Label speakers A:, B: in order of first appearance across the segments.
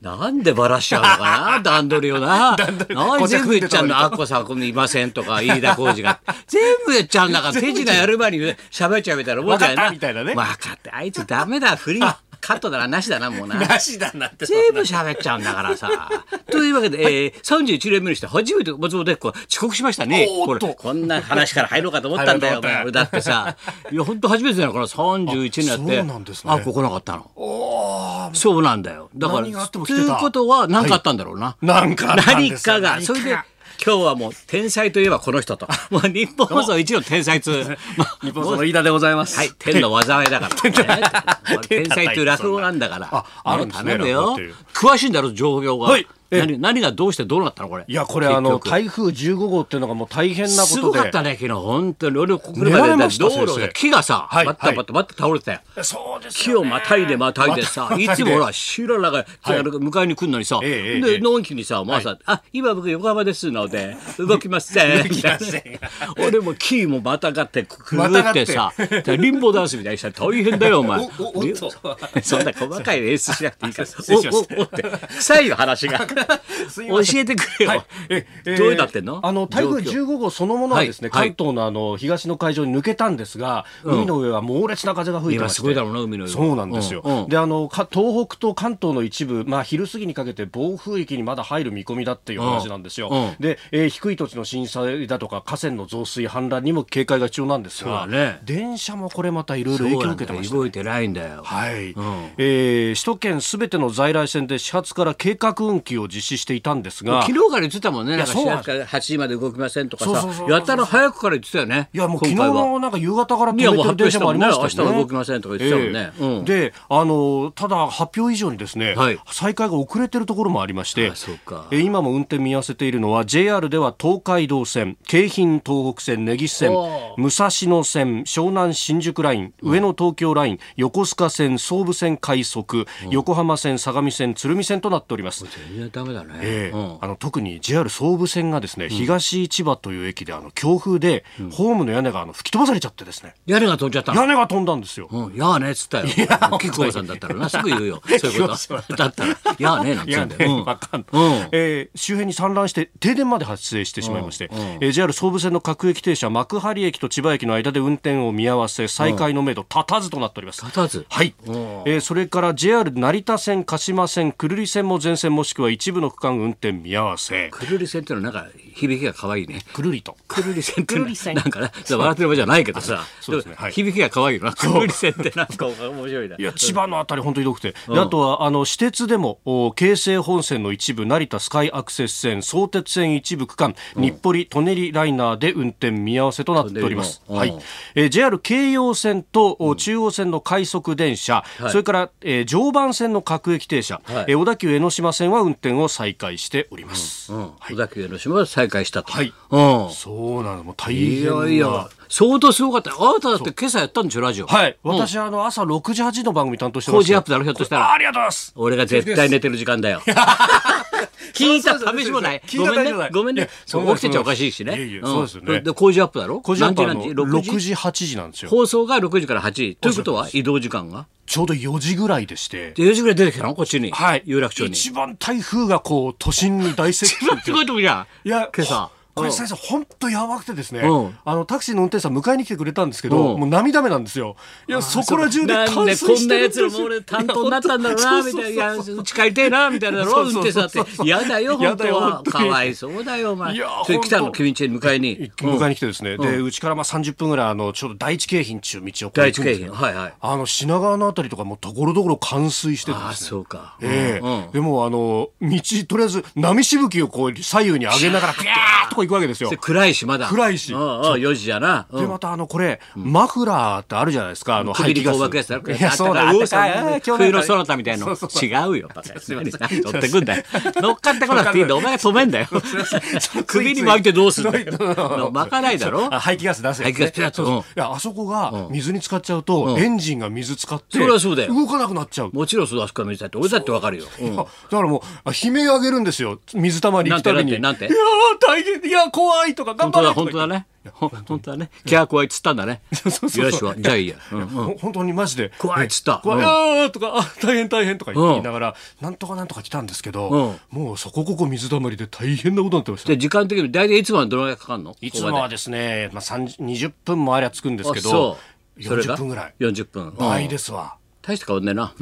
A: なんでばらしちゃうのか な段取りをな。
B: 取り
A: なんで全部言っちゃう
B: こちゃくってたのに
A: のあっこさんこにいませんとか、飯田浩二が。 全部言っちゃうんだから、手品やる前に喋っちゃうみたいなもんじゃ
B: わかっ
A: な
B: たみたいなね
A: 分かって、あいつダメだ、フリーカットだな、なしだな、もうな。
B: なしだなって
A: 全部喋っちゃうんだからさ。というわけで、えー31年目にして初めて松本明子は遅刻しましたね。
B: おーっと
A: これこんな話から入ろうかと思ったんだよ、
B: 入ろうと思った
A: 俺だってさ。いや、本当初めてだよ、この31年やって。
B: あそうなんですね
A: あっこ来なかったの。
B: おー
A: そうなんだよ。だから、
B: 何があっても来
A: と
B: てた
A: いうことは何かあったんだろうな。
B: なんかあったん
A: 何
B: ですよ
A: かが、
B: 何
A: それで
B: か。
A: 今日はもう天才といえばこの人 と。もう日本放送一の天才通。まあ
B: 日本その飯田でございます。。
A: はい、天の災いだから、ね天才という落語なんだから。
B: ああるんですね
A: 頼む
B: 落
A: よ
B: 語っていう。
A: 詳しいんだろ、状況が。
B: はいええ
A: 何何がどうしてどうなったのこれ。
B: いやこれあの
A: 結局
B: 台風15号っていうのがもう大変なことです
A: ごかったね、昨日。本当に。俺、ここまで
B: 狙われ
A: 出
B: ま
A: た
B: した
A: 道路
B: 先
A: で
B: 生
A: 木がさ、
B: はい
A: バッタバッタバッタ倒れてたよ。
B: そうです
A: 木をまたいでまたいでさ、
B: またい
A: い
B: で
A: つもほら、シロラが木が迎えに来るのにさ、
B: えええええ
A: で、
B: え
A: のんきにさ、お前さ、あ、今僕横浜ですので、動きませ ん。
B: きません
A: 俺も木もまたがってくる
B: またが
A: っ
B: ってて
A: さ、リンボーダンスみたいにしたら大変だよ、お前。
B: おおおっと
A: そんな細かい演出しなくていい から
B: 失礼しまし、
A: お、お、おって、臭いよ、話が。
B: すい
A: 教
B: ません
A: えてくれよ。どういうなってんの
B: あの台風
A: 状況
B: 15号そのものはですね、
A: はいはい
B: 関東のあの東の海上に抜けたんですが、海の上は猛烈な風が吹いてまして
A: 今すごいだろうな海の上
B: そうなんですよ、
A: うんうん
B: であのか東北と関東の一部、まあ、昼過ぎにかけて暴風域にまだ入る見込みだっていう話なんですよ、
A: うんうん
B: で、えー低い土地の震災だとか河川の増水氾濫にも警戒が必要なんですが、
A: そうだね
B: 電車もこれまたいろいろ影響を受けてましたね
A: 動いてないんだよ。
B: はい、
A: ん
B: えー首都圏すべての在来線で始発から計画運休を実施していたんですが
A: 昨日から言ってたもんね、なんか
B: そ
A: 4
B: うなん
A: 月から8時まで動きませんとか
B: そうそうそうそ
A: さ、
B: う
A: やたら早くから言ってたよね。
B: いやもう昨
A: 今
B: 日
A: 回は
B: のなんか夕方から止
A: いやも
B: め
A: う
B: てる電車もありました
A: 発
B: よね。
A: 表したもんね明日は動きませんとか言ってたもんね
B: ええ
A: うん
B: で、あのただ発表以上にですね、
A: はい
B: 再開が遅れてるところもありまして
A: あそうか、
B: え今も運転見合わせているのは JR では東海道線、京浜東北線、根岸線
A: お、
B: 武蔵野線、湘南新宿ライン、上野東京ライン、横須賀線、総武線快速、横浜線、相模線、鶴見線となっております。
A: 全然ダメだね。
B: ええ
A: うん
B: あの特に JR 総武線がですね、東千葉という駅であの強風で、ホームの屋根があの吹き飛ばされちゃってですね
A: 屋根が飛んじゃったの。
B: 屋根が飛んだんですよ。
A: うん、やあねっつったよ。キ子さんだったらな、すぐ言う よ。そういうこ
B: 聞こえ
A: と。だったら、やあねなんて言うんだよ。うん
B: わかん
A: うん
B: えー周辺に散乱して停電まで発生してしまいまして、えー JR 総武線の各駅停車幕張駅と千葉駅の間で運転を見合わせ再開のめど立たずとなっております。
A: 立たず。
B: はい、え
A: うん
B: ーそれから JR 成田線鹿島線久留里線も全線もしくは一部の区間運転見合わせ
A: くるり線ってのはなんか響きが可愛いね。
B: くるりと
A: くるり線ってなんかね、笑ってる場合じゃないけどさ、
B: そうですねはい
A: 響きが可愛いよな。くるり線ってなん か面白いな。
B: いや千葉のあたり本当にひどくて、であとはあの私鉄でもお京成本線の一部成田スカイアクセス線相鉄線一部区間、日暮里舎人ライナーで運転見合わせとなっております、
A: うん
B: はいえー JR 京葉線と、お中央線の快速電車、それから、えー常磐線の各駅停車、
A: はい
B: えー小田急江ノ島線は運転を再開しております、
A: うん小田急江ノ島は再開したと。
B: はい
A: うん。
B: そうなのもう大
A: い
B: 変な
A: やいや、相当すごかったよ。あなただって今朝やったんでしょ、ラジオ。
B: はい、私あの朝6時8時の番組担当してま
A: 工
B: す
A: 事アップだろ、ひょっとしたら。
B: ありがとうございます
A: 俺が絶対寝てる時間だ よ。聞いた試しもない。
B: 聞い
A: ご
B: た
A: めん
B: 試し
A: ね
B: もない。
A: ごめん
B: いや
A: ね。そ
B: そ
A: うう
B: です
A: 起きてちゃおかしいしね。
B: いやいや
A: ん
B: そうですよね
A: で工事アップだろ
B: 工事アップあ
A: 何
B: の
A: 時何時
B: 6
A: 6時
B: 時8時なんですよ
A: 放送が6時から8時。ということは移動時間が
B: ちょうど4時ぐらいでして
A: で ?4 時ぐらい出てきたのこっちに。
B: はい
A: 有楽町に。
B: 一番台風がこう都心に大接近って
A: す
B: いう
A: ごいとこじゃん。
B: いや
A: 今朝
B: ほこれ先生本当やばくてですね、
A: うん
B: あのタクシーの運転手さん迎えに来てくれたんですけ
A: う
B: ど、
A: ん
B: もう涙目なんですよいやそこら中で
A: なん
B: 冠
A: で
B: 水
A: こん
B: し
A: な
B: てる
A: や
B: んで
A: つ
B: すよ
A: らも俺担当になったんだろうなみたいな
B: そうそうそうそう
A: うち帰りてえなみたいなだろう
B: そう
A: 運
B: そう
A: 転手
B: そ
A: さっ
B: うんそう
A: て嫌だよ
B: 嫌
A: 本
B: だよ
A: 当は
B: 本当
A: か
B: に
A: わいそうだよお前
B: いや
A: それ来た
B: 本
A: の
B: 当
A: 君ん家に迎えに
B: 迎えに来てですね、でうちからまあ30分ぐらいあのちょうど第一京浜中道をこう
A: 第
B: 行
A: 一
B: くんで
A: 景品
B: すけど
A: はいはい
B: あの品川のあたりとかもうところどころ冠水してて
A: あ
B: で
A: あ
B: すね
A: そうか
B: ええ
A: うんうん
B: でもあの道とりあえず波しぶきをこう左右に上げながらビャーッとこう行くわけですよ
A: で暗いしまだ
B: 暗いし
A: うんうん4時やなうん
B: でまたあのこれ、マフラーってあるじゃないですかあの
A: くびり
B: 排
A: 工
B: 気ガス
A: 爆やつだろ
B: いやそうだ
A: あったかい
B: あったかい
A: あー
B: 今日
A: 冬の
B: なん
A: そ
B: か
A: なたみたいな
B: そ
A: の
B: うそうそう
A: 違うよバカ何何乗ってくんだよ乗っかってこなくていいんだお前が止めんだよ
B: そ う
A: 首に巻いてどうすん だよ巻かないだろ
B: あ排気ガス出すやつね
A: 排気ガスピラッと
B: そうそう
A: うん
B: いやあそこが水に浸かっちゃうと、エンジンが水使っ
A: そ
B: て
A: りゃそうだよ
B: 動かなくなっちゃう
A: もちろんそうあそこは見せたって俺だってわかるようん
B: あだからもうあ悲鳴上げるんですよ水たまり行くたびに
A: なんてなんてなんて
B: いやー大変いやー怖いとか頑張れとか言
A: 本当だ本当だねほ本当はね気が怖いっつったんだね
B: そうそうそう
A: よしわじゃあいいや、うんうん
B: ほ本当にマジで
A: 怖いっつった
B: 怖い、
A: うん
B: あーとかあ大変大変とか言いながら、なんとかなんとか来たんですけど、もうそこここ水たまりで大変なことになってました
A: で時間的に大体いつまでどのぐらいかかるの
B: いつもはですね、まあ、30 20分もありゃつくんです
A: あ
B: け
A: そ
B: ど
A: うそれが
B: 40分ぐらい
A: 40分
B: 倍ですわ
A: 大した変わんねえな。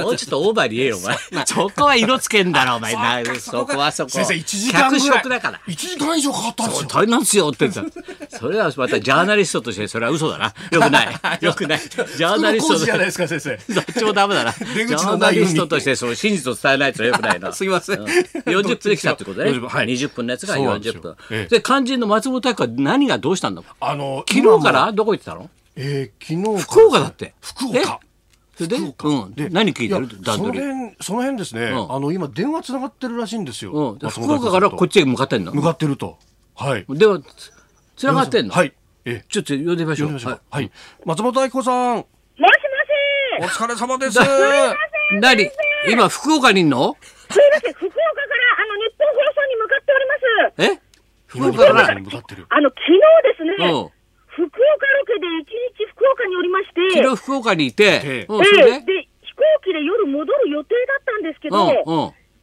A: もうちょっとオーバーに言えよ、お前。そこは色つけんだろ、お前。なそこはそこ。
B: 先生1時間ぐらい
A: 脚色だから。
B: 1時間以上かかったんですよ
A: 大変なんですよって言ってた。それはまたジャーナリストとして、それは嘘だな。よく ない。よくない。ジャーナリス
B: 工
A: ト
B: 事じゃない
A: と
B: ですか 先生
A: どっちもダメだな。ジ
B: 出
A: ャ
B: 口のないよ
A: ーナリ
B: うに
A: ストとして、その真実を伝えないとよくないな。
B: すいません
A: う40分できたってことね。
B: 40分はい
A: 20分のやつが
B: そうなんで
A: 40
B: すよ
A: 分。
B: ええ
A: で、肝心の松本大会は何がどうしたんだ
B: あの
A: 昨日か
B: 今も
A: らどこ行ってたの
B: えー昨日
A: 福岡だって
B: 福岡
A: それで、うん。何聞いてる
B: や
A: 段
B: その
A: 取り。
B: 辺その辺ですね、
A: ん
B: あの今電話つながってるらしいんですよ、
A: うん、で
B: 松
A: 福
B: 本明
A: 岡から
B: さんと
A: こっちへ向かってんの
B: 向かってるとはい
A: ではつつながってんの、
B: はいえ
A: ちょっと呼んでみまし
B: え
A: ょ
B: 呼
A: うん
B: でみましょう
A: は
B: かはい、松本明子 さん
C: もし
B: お
C: もし
B: 疲れ様です
A: い何今福岡にいんの
C: すいません、福岡からあの日本放送に向かっております。
A: え福
B: 今
A: 岡か
B: 電話
A: ら
B: に向か ってる
C: あの、昨日ですね、
A: うん
C: 福岡ロケで一日福岡におりまして、
A: 昨日福岡にいて
B: ええ、
A: うん、それ
C: ええ
A: で
C: で、飛行機で夜戻る予定だったんですけ
A: う
C: ど、
A: ん
C: 昨
A: うん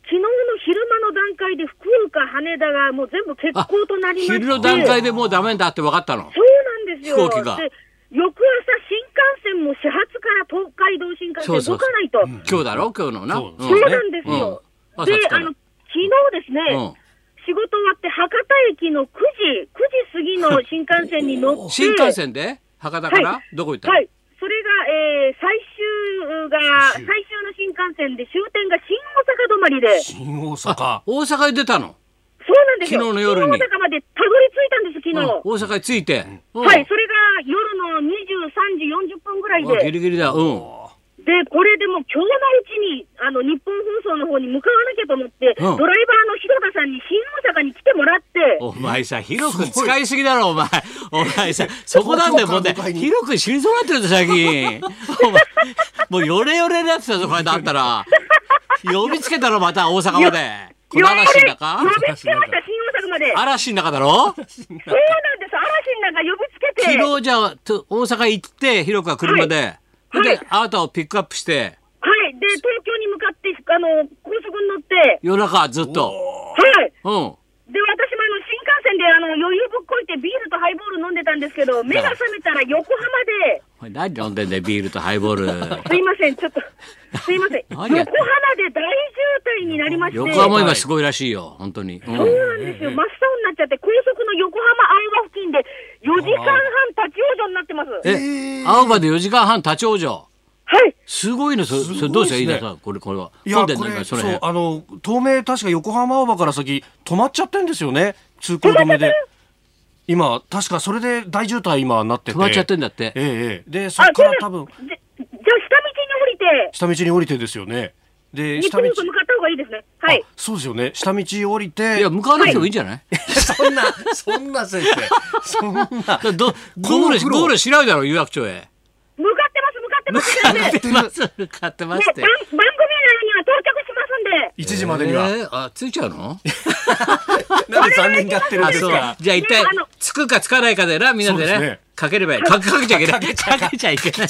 C: 日の昼間の段階で福岡、羽田がもう全部欠
A: あ
C: 航となりまして、
A: 昼の段階でもうダメだって分かったの
C: そうなんですよ。
A: 飛行機が
C: で翌朝、新幹線も始発から東海道新幹線動かないと。
A: 今日だろ今日のな
B: そう
A: うん
C: そうなんです
A: うん
C: よ。
A: 朝
C: で
A: 着、かな
C: あ
A: い
C: の、昨日です
A: う
C: ね、
A: ん
C: 仕事終わって博多駅の9時、9時過ぎの新幹線に乗って、
A: 新幹線で博多から、
C: はい
A: どこ行ったの、
C: はい、それが、えー、最終が、
B: 最終
C: 最終の新幹線で終点が新大阪止まりで、そう
B: 新大
A: あ
B: 阪
A: 大阪に出たの、
C: なんですよ。
A: 昨日の夜に
C: 新大阪までたどり着いたんです、昨
A: うん
C: 日。
A: 大阪に着いて、うん
C: はい、それが夜の23時40分ぐらい
A: あギ
C: で、
A: リギリだうん
C: で、これでもう今日のうちに、あの、日本放送の方に向かわなきゃと思って、
A: うん
C: ドライバーの広田さんに新大阪に来てもらって、
A: お前さ、広く使いすぎだろ、お前。お前さ、 そこなんだよ、問題。
B: 東京から迎えに
A: 広く知りそうになってるんだ、最 近。お前、もうヨレヨレになってたぞ、これだったら。呼びつけたろ、また大阪まで。この嵐の中
C: 呼びつけました、新大阪まで。
A: 嵐の中だろ
C: そうなんです、嵐の中呼びつけて。
A: 昨日じゃあ、と大阪行って、広くは車で。それで、あなたをピックアップして、
C: はい、で、東京に向かって、あの、高速に乗って、
A: 夜中ずっと。う
C: はい。
A: ん。
C: で、私もあの、新幹線で、あの、余裕ぶっこいてビールとハイボール飲んでたんですけど、目が覚めたら横浜で、
A: お前何飲んでんだよ、ビールとハイ ボール。
C: すいません、ちょっと、すいません。横
A: 何
C: 浜
A: やっ
C: で
A: て
C: 大渋滞になりまして、
A: 横浜今すごいらしいよ、本当に。うん
C: そうなんですよ、真っ青になっちゃって、高速の横浜青葉付近で、4時間半立ち往生になってます。は
A: え、青葉で4時間半立ち往生。
C: い。
A: すごいね、それ、
B: すごい
A: それどうした
B: です
A: 飯
B: ね
A: 田さん、これ、これは。
B: いや
A: 混ん
B: こ
A: で
B: れ
A: んの今、そ
B: そ
A: の
B: う
A: 辺。
B: あの東名確か横浜青葉から先止まっちゃってんですよね通行止 めで今確かそれで大渋滞今なってて
A: 止まっちゃってんだって
B: ええええでそ
C: あ
B: っ
C: じ
B: から
C: ゃあ
B: 多分
C: じじゃあ、下道に降りて、
B: 下道に降りてですよねで
C: 日
B: 下
C: 本
B: 道
C: 放送向かった方がいいですね。はい。
B: あそうですよね下道降りて
A: いや、向かわなくてもいいんじゃない。
B: そんなそんな先生そんな
A: だからど、ゴー
B: の
A: ル、
B: 苦労
A: ゴールしないだろ有楽町へ。
C: 向かってます、向かってます。
A: 買っ
C: ね、
A: てます、買ってま
C: 番
A: すって。
C: 番組内には到着しますんで。
B: 1時までには、
A: えーあ、ついちゃうの。
B: なんで残念がってるん
A: あ、
B: です
A: そう。
B: か
A: じゃ、一体
C: ねあの、
A: つくかつかないかでな、みんなで
B: そうです
A: ね
B: ね。
A: かければいい。か、かけちゃいけない。かけちゃいけない。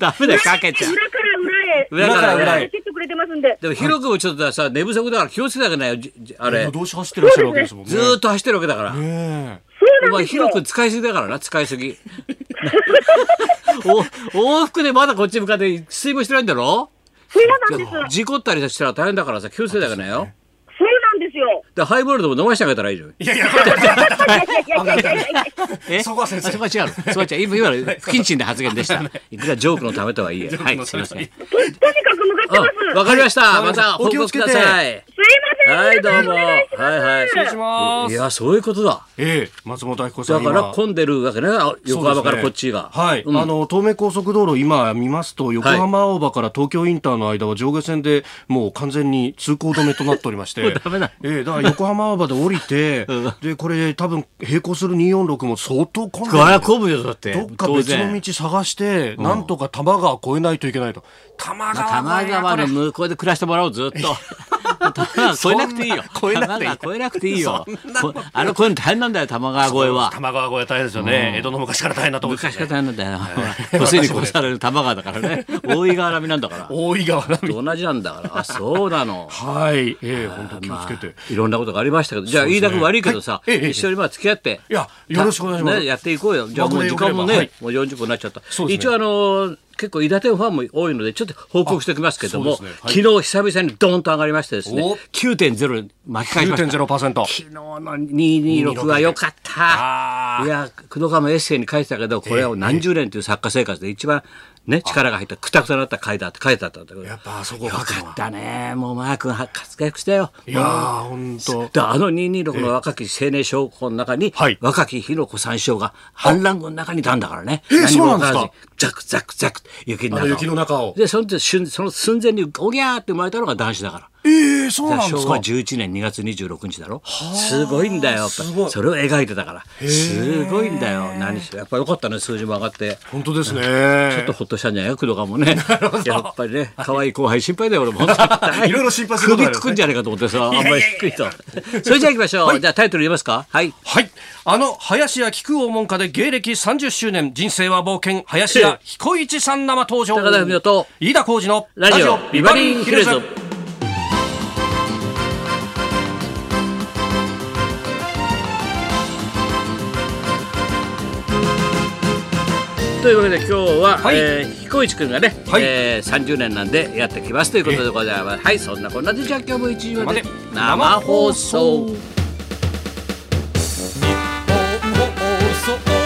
A: ダメだよ、かけちゃう。
C: 裏から裏へ。
A: 裏から裏へ
C: 切ってくれてますんで。
A: でも、広くもちょっとさ、寝不足だから、気をつけなきゃいけないよじじ。あれ
B: 今。どうし走ってらっしゃるわけですもんね
A: ずーっと走ってるわけだから。
B: ええ
C: そう
A: お
C: なん
A: 前
C: ですよ。
A: 広く使いすぎだからな使いすぎ お往復でまだこっち向かって一睡もしてないんだろ
C: そうなんです。そうなん
A: 事故ったりしたら大変だからさ気をつけなきゃいけないよ
C: ですよ。
A: でハイボールでも飲ましてあげたらいいじゃん
B: いやいやこれ
C: いやいやいやいやいやいやいや
A: え
B: そこは先生
A: あそこは違うのそこは違う今今 の不謹慎な発言でしたいくらジョークのためとはいえ
B: ョ
A: は
B: ーク
A: い
B: の
A: す
B: た
A: い
B: め
A: ま
B: と
A: せん
B: はいえ
C: とにかく向かってます。
A: うんわかりました、
B: はい
A: また報
B: お気を
A: 告
B: つ
A: く
B: けて
A: ださい
C: すいません。
A: はいどうも
C: お
A: は
C: 願い
A: い
C: し
A: はい
C: ます失礼し
A: いやそういうことだ
B: ええ松本明子さ
A: だ
B: ん
A: から
B: 今
A: 混んでるわけねあ横浜からこっちが、
B: そうですねはい、
A: うん
B: あの東名高速道路今見ますと横浜青葉から東京インターの間は上下線でもう完全に通行止めとなっておりまして
A: うダメだ
B: ええだから横浜青葉で降り て、
A: ん
B: でこれ多分並行する246も相当混んで
A: ガラ
B: る
A: コブよだって
B: どっか
A: 当
B: 別
A: 然
B: の道探して、なんとか多摩川越えないといけないと多摩
A: まあ、
B: 川
A: 玉
B: 越えな
A: 川
B: これ
A: の向こうで暮らしてもらおうずっと 玉川超えなくていいよ。
B: そんな超えな
A: 玉
B: くていい
A: 川超えなくていい よ。こあの声の大変なんだよ、 玉川声は。
B: 玉川越え大変ですよね。江戸の昔から大変だと思うんで
A: 昔
B: す
A: から
B: よね。
A: 大変なんだよな。都市に殺される玉川だから ね。大井川並みなんだから。
B: 大井川並み。
A: 同じなんだから。あ、そうなの。
B: はい。ええ、本当気をつけて
A: ま。あいろんなことがありましたけど、じゃあ、
B: そうで
A: 飯
B: すね
A: 田君悪いけどさ、
B: はいええええ
A: 一緒にまあ付き合って。
B: いやよろしくお願いします
A: ね、やっていこうよ。じゃあ、もう時間もね、
B: 番組でよければはい
A: もう40分になっちゃった。
B: そうですね
A: 一応、あのー結構、飯田店ファンも多いので、ちょっと報告しておきますけども、
B: あそうですねはい
A: 昨日久々にドーンと上がりましてですね
B: お、
A: 9.0巻き返しました。
B: 9.0%。
A: 昨日の226は良かっ
B: あ
A: た。
B: ー
A: いや、工藤川もエッセイに書いてたけど、これを何十年という作家生活で一番ね、力が入った、くたくたになった回だって書いてあったんだけど。
B: や
A: よ
B: っぱあそこ
A: か
B: 勝つの
A: っ
B: は。
A: たね。もうマー君は活躍したよ。
B: いやー、本当。
A: であの226の若き青年将校の中に、
B: はい
A: 若き日の子三将が反乱軍の中にいたんだからね。
B: えそうなんですか
A: 何も分らずにザクザクザク雪の
B: あ
A: 中
B: の
A: を
B: 雪の中を。
A: でその時瞬その寸前におぎゃーって生まれたのが男子だから。
B: ええ、そうなんです
A: 昭和
B: か。
A: 11年2月26日だろすごいんだよやっぱり
B: すごい
A: それを描いてたからすごいんだよ何しろやっぱよかったね数字も上がって
B: 本当ですね。
A: ちょっとほっとしたんじゃないか工藤がも ねやっぱりね可愛い後輩心配だよ俺も本当に
B: いろいろ心配するこ
A: 首
B: とがある
A: くくんじゃないかと思ってさあんまり低いとそれじゃあ行きましょう、じゃあタイトル言いますかはい
B: はい。あの、林家木久扇門下で芸歴30周年、人生は冒険、林家彦一さん生登場。
A: 高田文夫と
B: 飯田浩二の
A: ラジオビバリーヒルズというわけで今日は、
B: はい
A: えー彦一君がね、
B: はい
A: えー30年なんでやってきますということでございますはいそんなこんなでじゃあ今日も1時まで
B: まで
A: 生放送
B: 日本放送